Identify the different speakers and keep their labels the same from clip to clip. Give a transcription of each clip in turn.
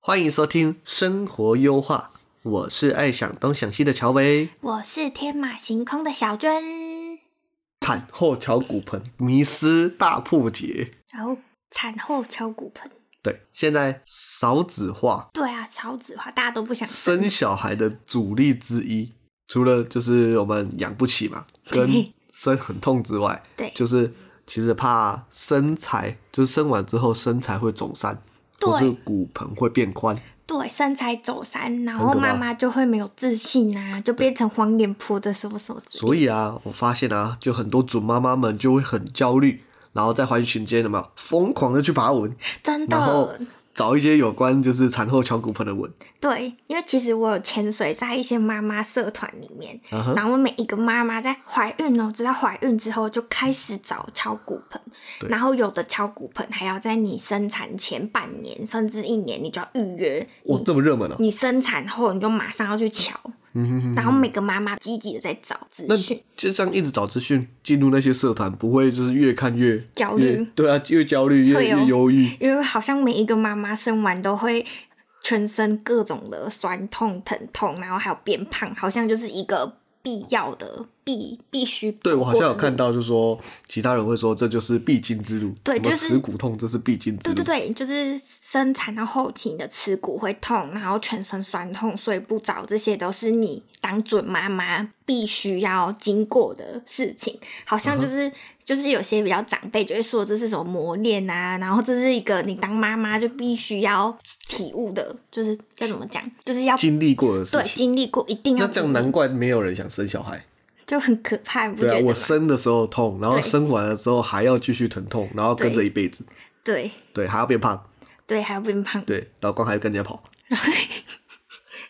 Speaker 1: 欢迎收听《生活优化》，我是爱想东想西的乔维。
Speaker 2: 我是天马行空的小娟。
Speaker 1: 产后乔骨盆迷失大破解。
Speaker 2: 然后产后敲骨盆，
Speaker 1: 对，现在少子化，
Speaker 2: 对啊，少子化，大家都不想
Speaker 1: 生小孩的主力之一，除了就是我们养不起嘛，跟
Speaker 2: 对
Speaker 1: 生很痛之外，
Speaker 2: 对
Speaker 1: 就是其实怕身材，就是生完之后身材会肿散，或是
Speaker 2: 对
Speaker 1: 骨盆会变宽。
Speaker 2: 对身材走山，然
Speaker 1: 很
Speaker 2: 后
Speaker 1: 可怕
Speaker 2: 妈妈就会没有自信啊，就变成黄脸婆的什么什么之类的。
Speaker 1: 所以啊，我发现啊，就很多准妈妈们就会很焦虑，然后在怀孕期间有没有疯狂的去爬 文，
Speaker 2: 真
Speaker 1: 然后
Speaker 2: 的，
Speaker 1: 找一些有关就是产后敲骨盆的文，
Speaker 2: 对，因为其实我有潜水在一些妈妈社团里面
Speaker 1: 嗯
Speaker 2: 然后每一个妈妈在怀孕哦，直到怀孕之后就开始找敲骨盆，
Speaker 1: 对
Speaker 2: 然后有的敲骨盆还要在你生产前半年甚至一年，你就要预约，
Speaker 1: 哇，这么热门哦、
Speaker 2: 你生产后你就马上要去瞧，
Speaker 1: 嗯
Speaker 2: 然后每个妈妈积极的在找资
Speaker 1: 那
Speaker 2: 讯，
Speaker 1: 就这样一直找资讯，进入那些社团，不会就是越看越
Speaker 2: 焦虑
Speaker 1: 越对啊，越焦虑越
Speaker 2: 会哦
Speaker 1: 越忧郁。
Speaker 2: 因为好像每一个妈妈生完都会全身各种的酸痛、疼痛，然后还有变胖，好像就是一个必要的、必必须。
Speaker 1: 对我好像有看。到，就是说其他人会说这就是必经之路，
Speaker 2: 对
Speaker 1: 什么
Speaker 2: 就是
Speaker 1: 耻骨痛，这是必经之
Speaker 2: 对
Speaker 1: 路。
Speaker 2: 对对，就是生产到后期，你的耻骨会痛，然后全身酸痛、睡不着，这些都是你当准妈妈必须要经过的事情。好
Speaker 1: 嗯
Speaker 2: 像就是、就是有些比较长辈就会说这是什么磨练啊，然后这是一个你当妈妈就必须要体悟的，就是这怎么讲，就是要
Speaker 1: 经历过的事
Speaker 2: 对
Speaker 1: 情。
Speaker 2: 经历过，一定要
Speaker 1: 那这样
Speaker 2: 经历
Speaker 1: 难怪没有人想生小孩。
Speaker 2: 就很可怕，你不
Speaker 1: 对
Speaker 2: 觉
Speaker 1: 啊
Speaker 2: 得，吗？
Speaker 1: 我生的时候痛，然后
Speaker 2: 对
Speaker 1: 生完了之后还要继续疼痛，然后跟着
Speaker 2: 对
Speaker 1: 一辈子。
Speaker 2: 对
Speaker 1: 对，还要变胖，
Speaker 2: 对，还要变胖，
Speaker 1: 对，老公还要跟人家跑。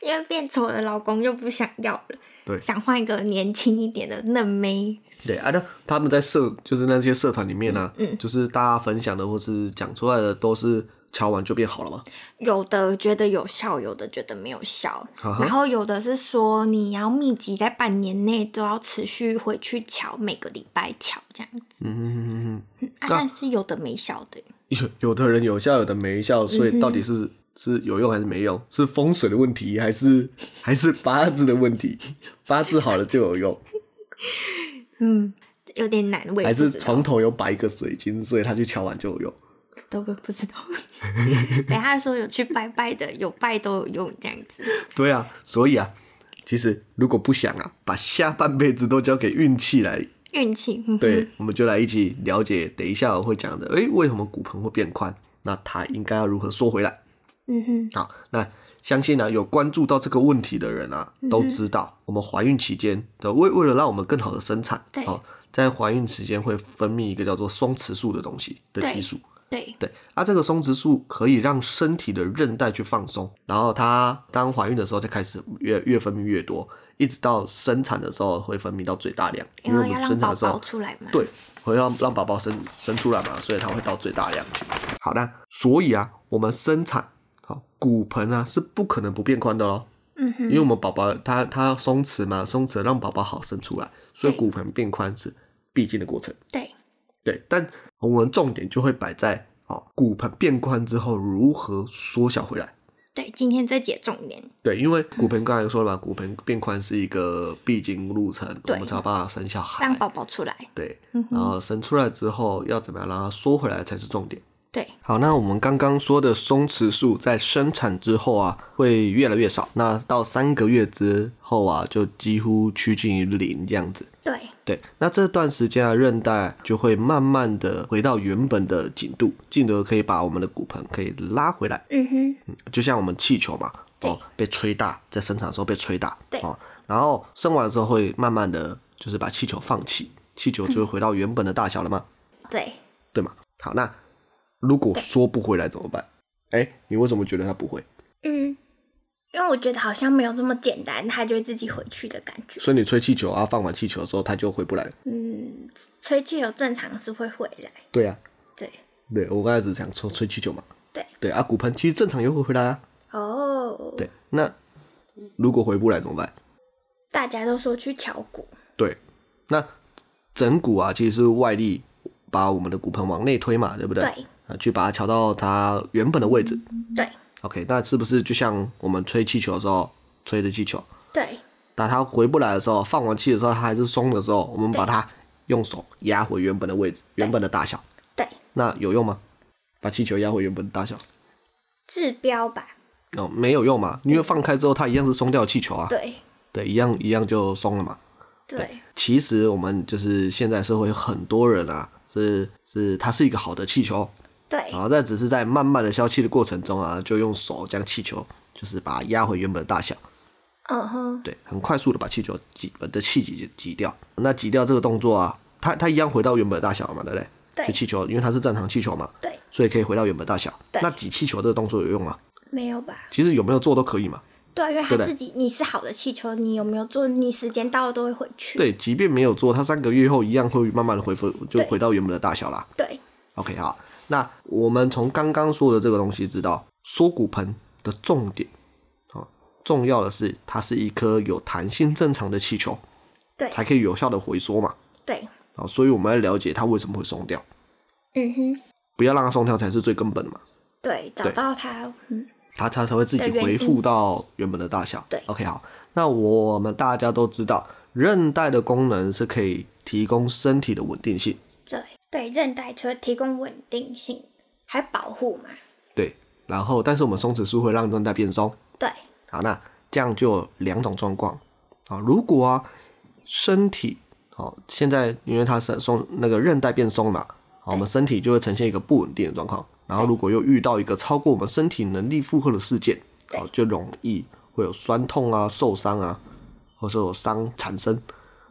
Speaker 2: 因为变丑的老公又不想要了，
Speaker 1: 对
Speaker 2: 想换一个年轻一点的嫩妹。
Speaker 1: 对啊，那他们在社就是那些社团里面呢、
Speaker 2: 嗯
Speaker 1: 啊，就是大家分享的或是讲出来的都是瞧完就变好了嘛。
Speaker 2: 有的觉得有效，有的觉得没有效
Speaker 1: 啊哈
Speaker 2: 然后有的是说你要密集在半年内都要持续回去瞧，每个礼拜瞧这样子、
Speaker 1: 嗯，
Speaker 2: 啊。
Speaker 1: 那
Speaker 2: 但是有的没效的，
Speaker 1: 有有的人有效，有的没效，所以到底是、
Speaker 2: 嗯
Speaker 1: 是有用还是没用？是风水的问题，还是 还是八字的问题？八字好了就有用，
Speaker 2: 有点难，我也
Speaker 1: 还
Speaker 2: 不
Speaker 1: 是
Speaker 2: 知道
Speaker 1: 床头有摆一个水晶，所以他去敲完就有用？
Speaker 2: 都不不知道。 等一下说有去拜拜的，有拜都有用这样子。
Speaker 1: 对啊，所以啊，其实如果不想啊，把下半辈子都交给运气来。
Speaker 2: 运气，嗯
Speaker 1: 对，我们就来一起了解，等一下我会讲的，诶、为什么骨盆会变宽？那它应该要如何缩回来？
Speaker 2: 嗯哼，
Speaker 1: 好，那相信呢、有关注到这个问题的人啊，都知道我们怀孕期间的为为了让我们更好的生产，
Speaker 2: 对
Speaker 1: 哦，在怀孕期间会分泌一个叫做双雌素的东西的
Speaker 2: 对
Speaker 1: 激素。
Speaker 2: 对，
Speaker 1: 对，啊，这个松弛素可以让身体的韧带去放松，然后它当怀孕的时候就开始越越分泌越多，一直到生产的时候会分泌到最大量，因
Speaker 2: 因
Speaker 1: 为我
Speaker 2: 为要
Speaker 1: 们
Speaker 2: 让
Speaker 1: 生产
Speaker 2: 宝
Speaker 1: 的时候
Speaker 2: 宝出来嘛。
Speaker 1: 对，会让让宝宝生生出来嘛，所以它会到最大量去。好那所以啊，我们生产好骨盆啊是不可能不变宽的咯，
Speaker 2: 嗯哼，
Speaker 1: 因为我们宝宝他他要松弛嘛，松弛让宝宝好生出来，所以
Speaker 2: 对
Speaker 1: 骨盆变宽是必经的过程。
Speaker 2: 对，
Speaker 1: 对，但我们重点就会摆在哦，骨盆变宽之后如何缩小回来。
Speaker 2: 对，今天这节重点，
Speaker 1: 对，因为骨盆刚才说了嘛，骨盆变宽是一个必经路程，我
Speaker 2: 对
Speaker 1: 们才有办法生小孩
Speaker 2: 让。宝宝出来。
Speaker 1: 对，然后生出来之后要怎么样让它缩回来才是重点。
Speaker 2: 对，
Speaker 1: 好，那我们刚刚说的松弛素在生产之后啊，会越来越少，那到三个月之后啊，就几乎趋近于零这样子。
Speaker 2: 对，
Speaker 1: 对，那这段时间啊，韧带就会慢慢的回到原本的紧度，进而可以把我们的骨盆可以拉回来。
Speaker 2: 嗯哼，
Speaker 1: 就像我们气球嘛，哦
Speaker 2: 对，
Speaker 1: 被吹大，在生产的时候被吹大，
Speaker 2: 对
Speaker 1: 哦，然后生完之后会慢慢的就是把气球放气，气球就会
Speaker 2: 嗯
Speaker 1: 回到原本的大小了嘛，
Speaker 2: 对，
Speaker 1: 对吗？好，那如果缩不回来怎么办？哎，你为什么觉得它不会？
Speaker 2: 嗯，因为我觉得好像没有这么简单，它就会自己回去的感觉。
Speaker 1: 所以你吹气球啊，放完气球之后它就回不来了。
Speaker 2: 嗯，吹气球正常是会回来，
Speaker 1: 对啊，
Speaker 2: 对
Speaker 1: 对我刚开始想说吹气球嘛，
Speaker 2: 对
Speaker 1: 对啊，骨盆其实正常也会回来啊。
Speaker 2: 哦，
Speaker 1: 对，那如果回不来怎么办？
Speaker 2: 大家都说去敲鼓，
Speaker 1: 对，那整骨啊，其实是外力把我们的骨盆往内推嘛，对不对？
Speaker 2: 对
Speaker 1: 啊，去把它调到它原本的位置。
Speaker 2: 对
Speaker 1: OK，那是不是就像我们吹气球的时候吹的气球，
Speaker 2: 对
Speaker 1: 那它回不来的时候，放完气的时候它还是松的时候，我们把它用手压回原本的位置，原本的大小，
Speaker 2: 对，
Speaker 1: 那有用吗？把气球压回原本的大小，
Speaker 2: 治标吧，
Speaker 1: 哦，没有用嘛，因为放开之后它一样是松掉的气球啊，
Speaker 2: 对
Speaker 1: 对，一样一样就松了嘛。
Speaker 2: 对
Speaker 1: 其实我们就是现在社会有很多人啊，是是它是一个好的气球，
Speaker 2: 对
Speaker 1: 然后但只是在慢慢的消气的过程中啊，就用手将气球就是把它压回原本的大小，
Speaker 2: 嗯哼，
Speaker 1: 对，很快速的把气球挤呃的气挤挤掉。那挤掉这个动作啊，它它一样回到原本的大小嘛，对不对？
Speaker 2: 对
Speaker 1: 就气球，因为它是正常气球嘛，
Speaker 2: 对，
Speaker 1: 所以可以回到原本大小。
Speaker 2: 对
Speaker 1: 那挤气球这个动作有用吗？
Speaker 2: 没有吧？
Speaker 1: 其实有没有做都可以嘛。
Speaker 2: 对，因
Speaker 1: 对
Speaker 2: 为他
Speaker 1: 不对
Speaker 2: 自己，你是好的气球，你有没有做？你时间到了都会回去。
Speaker 1: 对，即便没有做，它三个月后一样会慢慢的恢复，就
Speaker 2: 对
Speaker 1: 回到原本的大小啦。
Speaker 2: 对
Speaker 1: OK，好，那我们从刚刚说的这个东西知道，缩骨盆的重点，哦，重要的是它是一颗有弹性正常的气球，
Speaker 2: 对
Speaker 1: 才可以有效的回缩嘛。
Speaker 2: 对，
Speaker 1: 啊、所以我们要了解它为什么会松掉，
Speaker 2: 嗯哼，
Speaker 1: 不要让它松掉才是最根本的嘛。
Speaker 2: 对，找
Speaker 1: 对
Speaker 2: 到他，嗯，
Speaker 1: 它它才会自己
Speaker 2: 的原
Speaker 1: 恢
Speaker 2: 因
Speaker 1: 复到原本的大小。
Speaker 2: 对
Speaker 1: ，OK，好，那我们大家都知道，韧带的功能是可以提供身体的稳定性。
Speaker 2: 对对，韧带除了提供稳定性，还保护嘛。
Speaker 1: 对，然后但是我们松弛术会让韧带变松。
Speaker 2: 对
Speaker 1: 好，那这样就有两种状况啊。如果啊，身体好，现在因为它是松那个韧带变松了嘛，好，我们身体就会呈现一个不稳定的状况。然后如果又遇到一个超过我们身体能力负荷的事件，好，就容易会有酸痛啊、受伤啊，或是有伤产生。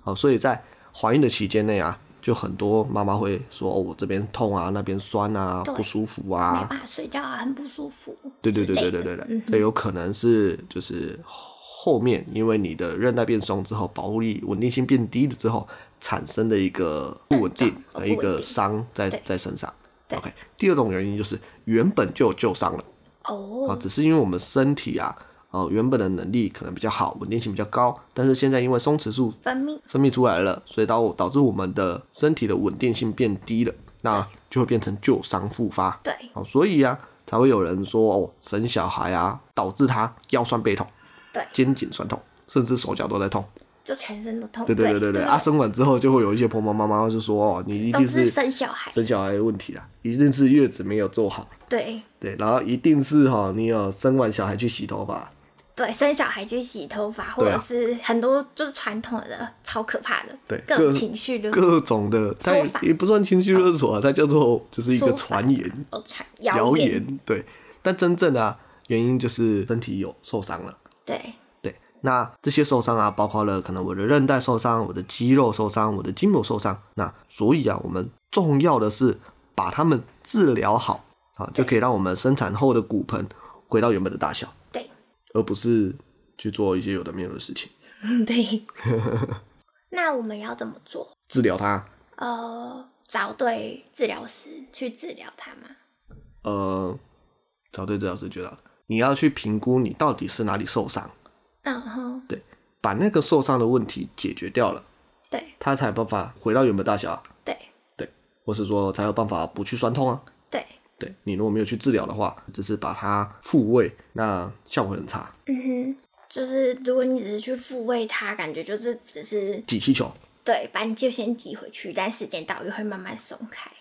Speaker 1: 好，所以在怀孕的期间内啊。就很多妈妈会说哦，我这边痛啊，那边酸啊，
Speaker 2: 对
Speaker 1: 不舒服啊，
Speaker 2: 没办法睡觉啊，很不舒服。
Speaker 1: 对对对对对对对，
Speaker 2: 嗯
Speaker 1: 这有可能是就是后面因为你的韧带变松之后，保护力稳定性变低了之后产生的一个不稳定
Speaker 2: 症状
Speaker 1: 和
Speaker 2: 哦
Speaker 1: 一
Speaker 2: 不稳
Speaker 1: 个
Speaker 2: 定
Speaker 1: 伤在
Speaker 2: 对
Speaker 1: 在身上。
Speaker 2: 对
Speaker 1: OK，第二种原因就是原本就有旧伤了啊，
Speaker 2: 哦，
Speaker 1: 只是因为我们身体啊，呃原本的能力可能比较好，稳定性比较高，但是现在因为松弛素
Speaker 2: 分泌
Speaker 1: 分泌出来了，所以导导致我们的身体的稳定性变低了，那就会变成旧伤复发。
Speaker 2: 对
Speaker 1: 哦，所以啊，才会有人说哦，生小孩啊，导致他腰酸背痛、
Speaker 2: 对，
Speaker 1: 肩颈酸痛，甚至手脚都在痛。
Speaker 2: 就全身都痛。
Speaker 1: 对对对
Speaker 2: 对
Speaker 1: 对对，啊，生完之后就会有一些婆婆妈妈就说哦，你一
Speaker 2: 都
Speaker 1: 定
Speaker 2: 是
Speaker 1: 是
Speaker 2: 生小孩。
Speaker 1: 生小孩的问题啦，一定是月子没有做好，
Speaker 2: 对
Speaker 1: 对，然后一定是哈、哦，你有生完小孩去洗头发，
Speaker 2: 对，生小孩去洗头发，或
Speaker 1: 对啊
Speaker 2: 者是很多就是传统的超可怕的，
Speaker 1: 对
Speaker 2: 各
Speaker 1: 各
Speaker 2: 种情绪的
Speaker 1: 各种的，它
Speaker 2: 说
Speaker 1: 也
Speaker 2: 法嗯
Speaker 1: 也不算情绪勒索啊，它叫做就是一个
Speaker 2: 说法
Speaker 1: 传言、
Speaker 2: 哦传
Speaker 1: 谣
Speaker 2: 谣言，
Speaker 1: 言，对。但真正的、啊、原因就是身体有受伤了。
Speaker 2: 对
Speaker 1: 对，那这些受伤啊，包括了可能我的韧带受伤、我的肌肉受伤、我的筋膜受伤。那所以啊，我们重要的是把它们治疗好啊，就可以让我们生产后的骨盆回到原本的大小，
Speaker 2: 对
Speaker 1: 而不是去做一些有的没有的事情。
Speaker 2: 对。那我们要怎么做？
Speaker 1: 治疗它，
Speaker 2: 呃，找对治疗师去治疗它吗？
Speaker 1: 呃，找对治疗师就好了。你要去评估你到底是哪里受伤，
Speaker 2: 嗯哼，
Speaker 1: 对，把那个受伤的问题解决掉了，
Speaker 2: 对
Speaker 1: 它才有办法回到原本大小啊，
Speaker 2: 对
Speaker 1: 对，或是说才有办法不去酸痛啊。
Speaker 2: 对，
Speaker 1: 对你如果没有去治疗的话，只是把它复位，那效果很差。
Speaker 2: 嗯哼，就是如果你只是去复位它，感觉就是只是
Speaker 1: 挤气球，
Speaker 2: 对，把你就先挤回去，但时间到又会慢慢松开。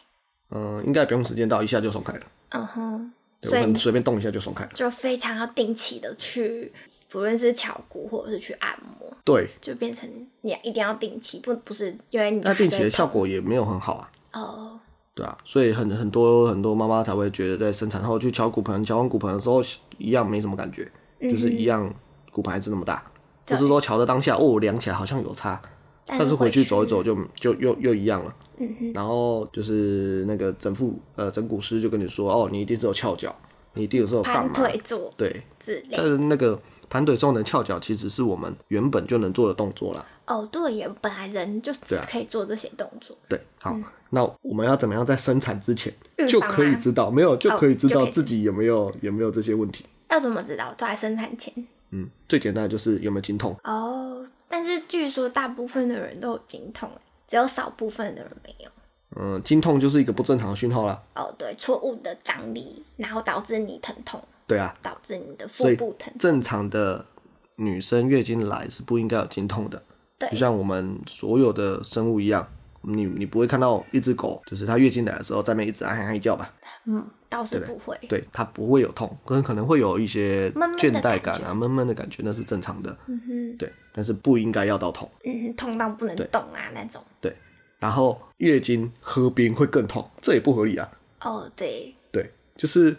Speaker 1: 嗯、应该不用时间到，一下就松开了，
Speaker 2: 嗯哼，
Speaker 1: 对
Speaker 2: 所
Speaker 1: 我
Speaker 2: 以
Speaker 1: 们随便动一下就松开了。
Speaker 2: 就非常要定期的去，不论是敲骨或者是去按摩，
Speaker 1: 对，
Speaker 2: 就变成你一定要定期，不不是因为你
Speaker 1: 那
Speaker 2: 还是
Speaker 1: 定期的
Speaker 2: 会
Speaker 1: 效
Speaker 2: 痛
Speaker 1: 果也没有很好啊，
Speaker 2: 哦，
Speaker 1: 对啊，所以很很多很多妈妈才会觉得在生产后去敲骨盆，敲完骨盆的时候一样没什么感觉，就是一样骨盆还是那么大，
Speaker 2: 嗯对
Speaker 1: 就是说敲的当下哦量起来好像有差，但是回去走一走就就又又一样了。
Speaker 2: 嗯哼，
Speaker 1: 然后就是那个整副呃整骨师就跟你说，哦，你一定是有翘脚，你一定有是有干
Speaker 2: 盘
Speaker 1: 嘛？
Speaker 2: 腿坐
Speaker 1: 对，
Speaker 2: 之类
Speaker 1: 但。是那个盘腿重能翘脚，其实是我们原本就能做的动作啦。
Speaker 2: 哦，对耶，本来人就
Speaker 1: 对啊
Speaker 2: 可以做这些动作。
Speaker 1: 对，好，
Speaker 2: 嗯
Speaker 1: 那我们要怎么样在生产之前
Speaker 2: 预
Speaker 1: 就
Speaker 2: 防
Speaker 1: 可以
Speaker 2: 吗
Speaker 1: 知道没有，就
Speaker 2: 哦
Speaker 1: 可以知
Speaker 2: 就
Speaker 1: 道
Speaker 2: 可以
Speaker 1: 自己有没有有没有这些问题？
Speaker 2: 要怎么知道？对啊，生产前。
Speaker 1: 嗯，最简单的就是有没有经痛。
Speaker 2: 哦，但是据说大部分的人都有经痛，欸只有少部分的人没有。
Speaker 1: 嗯，经痛就是一个不正常的讯号啦。
Speaker 2: 哦，对，错误的张力，然后导致你疼痛，
Speaker 1: 对啊，
Speaker 2: 导致你的
Speaker 1: 所
Speaker 2: 腹
Speaker 1: 以
Speaker 2: 部疼。
Speaker 1: 正常的女生月经来是不应该有经痛的，
Speaker 2: 对
Speaker 1: 就，像我们所有的生物一样，你你不会看到一只狗，就是它月经来的时候在那边一直哎哎叫吧？
Speaker 2: 嗯，倒是
Speaker 1: 对
Speaker 2: 不会。
Speaker 1: 对，它不会有痛，可能可能会有一些
Speaker 2: 闷闷的
Speaker 1: 倦怠感啊、
Speaker 2: 感
Speaker 1: 闷闷的感觉，那是正常的。
Speaker 2: 嗯哼，
Speaker 1: 对，但是不应该要到痛。
Speaker 2: 嗯哼，痛到不能
Speaker 1: 对
Speaker 2: 动啊那种。
Speaker 1: 对，然后月经喝冰会更痛，这也不合理啊。
Speaker 2: 哦，对
Speaker 1: 对，就是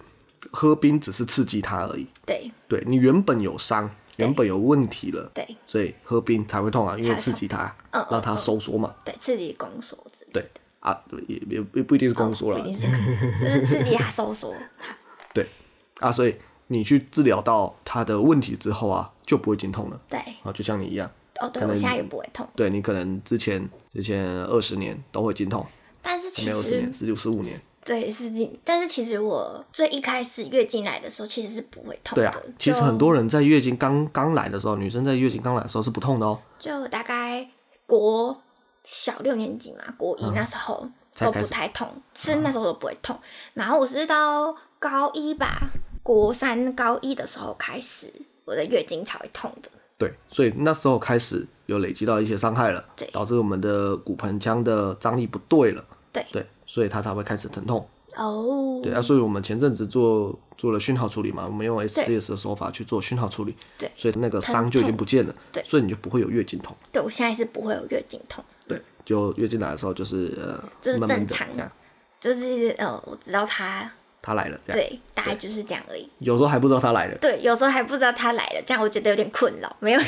Speaker 1: 喝冰只是刺激它而已。
Speaker 2: 对
Speaker 1: 对你原本有伤，原本有问题了，
Speaker 2: 对
Speaker 1: 所以喝冰才会痛啊，因为
Speaker 2: 才
Speaker 1: 刺激它
Speaker 2: 嗯嗯，
Speaker 1: 让它收缩嘛。
Speaker 2: 对，刺激宫缩之类
Speaker 1: 对啊，也也也不一定是宫缩了
Speaker 2: 哦不一，定是宫缩，就是刺激它收缩。好
Speaker 1: 对啊，所以你去治疗到它的问题之后啊，就不会经痛了
Speaker 2: 对，
Speaker 1: 啊，就像你一样，
Speaker 2: 哦，
Speaker 1: 可
Speaker 2: 对我
Speaker 1: 能
Speaker 2: 现在也不会痛，
Speaker 1: 对你可能之前之前二十年都会经痛，
Speaker 2: 但是其
Speaker 1: 没有二十
Speaker 2: 实
Speaker 1: 年，十九十五年，
Speaker 2: 对是经，但是其实我最一开始月经来的时候其实是不会痛
Speaker 1: 对
Speaker 2: 的。
Speaker 1: 啊，其实
Speaker 2: 哦就
Speaker 1: 很多人在月经刚刚来的时候，女生在月经刚来的时候是不痛的哦，
Speaker 2: 就大概国小六年级嘛，国一那时候
Speaker 1: 嗯才
Speaker 2: 都
Speaker 1: 开
Speaker 2: 不
Speaker 1: 始嗯
Speaker 2: 太痛，是那时候都不会痛。然后我是到高一吧，国三高一的时候开始，我的月经才会痛的。
Speaker 1: 对，所以那时候开始有累积到一些伤害了
Speaker 2: 对，
Speaker 1: 导致我们的骨盆腔的张力不对了，
Speaker 2: 对
Speaker 1: 对，所以它才会开始疼痛。
Speaker 2: 哦，
Speaker 1: 对啊，所以我们前阵子做做了讯号处理嘛，我们用
Speaker 2: 对
Speaker 1: SCS 的手法去做讯号处理，
Speaker 2: 对
Speaker 1: 所以那个
Speaker 2: 疼
Speaker 1: 伤就已经
Speaker 2: 痛
Speaker 1: 不见了，
Speaker 2: 对
Speaker 1: 所以你就不会有月经痛，
Speaker 2: 对我现在是不会有月经痛，
Speaker 1: 对，就月经来的时候就是呃，
Speaker 2: 就是
Speaker 1: 闷
Speaker 2: 正
Speaker 1: 闷的
Speaker 2: 常
Speaker 1: 这样，
Speaker 2: 就是呃，我知道它
Speaker 1: 它来了这样，，
Speaker 2: 对，大概就是这样而已。
Speaker 1: 有时候还不知道它来了，
Speaker 2: 对，有时候还不知道它来了，这样我觉得有点困扰。没有，
Speaker 1: 嗯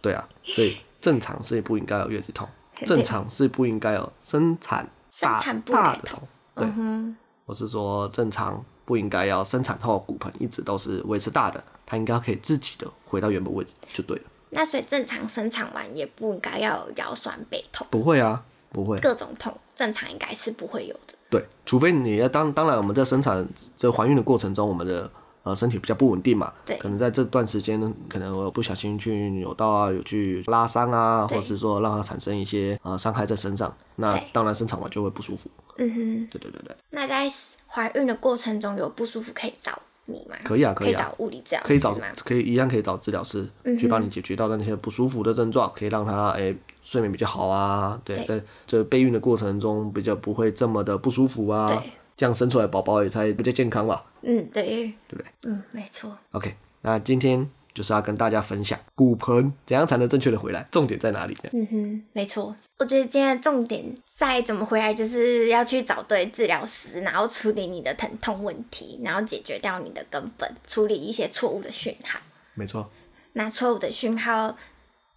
Speaker 1: 对啊，所以正常是不应该有月经痛，
Speaker 2: 对
Speaker 1: 正常是不应该有生产
Speaker 2: 生
Speaker 1: 大
Speaker 2: 产部
Speaker 1: 大
Speaker 2: 来
Speaker 1: 的
Speaker 2: 痛
Speaker 1: 痛，对，
Speaker 2: 嗯哼，
Speaker 1: 我是说正常不应该要生产后骨盆一直都是维持大的，它应该可以自己的回到原本位置就对了，
Speaker 2: 那所以正常生产完也不应该要有腰酸背痛。
Speaker 1: 不会啊，不会，
Speaker 2: 各种痛，正常应该是不会有的。
Speaker 1: 对，除非你要当当然我们在生产这怀孕的过程中，我们的呃身体比较不稳定嘛，
Speaker 2: 对
Speaker 1: 可能在这段时间呢，可能我有不小心去扭到啊，有去拉伤啊，
Speaker 2: 对
Speaker 1: 或是说让它产生一些呃伤害在身上，那
Speaker 2: 对
Speaker 1: 当然生产完就会不舒服。
Speaker 2: 嗯哼，
Speaker 1: 对对对对，
Speaker 2: 那在怀孕的过程中有不舒服可以找你吗？
Speaker 1: 可以啊
Speaker 2: 可
Speaker 1: 可以啊
Speaker 2: 找物理治疗
Speaker 1: 可以找
Speaker 2: 师吗？嗯
Speaker 1: 可以一样可以找治疗师、去帮你解决到那些不舒服的症状，可以让他哎、睡眠比较好啊，对，
Speaker 2: 对
Speaker 1: 在这备孕的过程中比较不会这么的不舒服啊
Speaker 2: 对，
Speaker 1: 这样生出来宝宝也才比较健康嘛，
Speaker 2: 嗯，对，
Speaker 1: 对不对？
Speaker 2: 嗯，没错。
Speaker 1: OK，那今天就是要跟大家分享骨盆怎样才能正确的回来，重点在哪里？
Speaker 2: 嗯哼，没错。我觉得今天的重点再怎么回来，就是要去找对治疗师，然后处理你的疼痛问题，然后解决掉你的根本，处理一些错误的讯号。
Speaker 1: 没错，
Speaker 2: 那错误的讯号，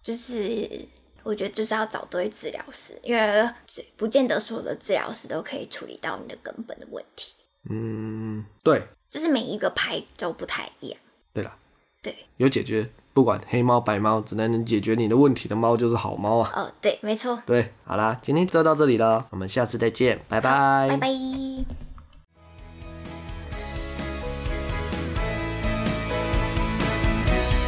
Speaker 2: 就是我觉得就是要找对治疗师，因为不见得所有的治疗师都可以处理到你的根本的问题，
Speaker 1: 嗯，对，
Speaker 2: 就是每一个派都不太一样。
Speaker 1: 对了，
Speaker 2: 对，
Speaker 1: 有解决，不管黑猫白猫，只能解决你的问题的猫就是好猫啊。
Speaker 2: 哦，对，没错。
Speaker 1: 对，好啦，今天就到这里了，我们下次再见，拜拜，
Speaker 2: 拜拜。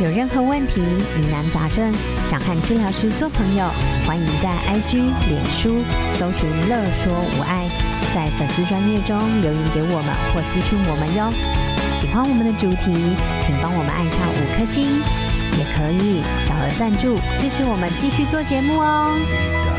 Speaker 3: 有任何问题、疑难杂症，想和治疗师做朋友，欢迎在 IG、脸书搜寻“乐说无爱”，在粉丝专页中留言给我们或私讯我们哟。喜欢我们的主题，请帮我们按下五颗星，也可以小额赞助支持我们继续做节目哦。
Speaker 1: 拜。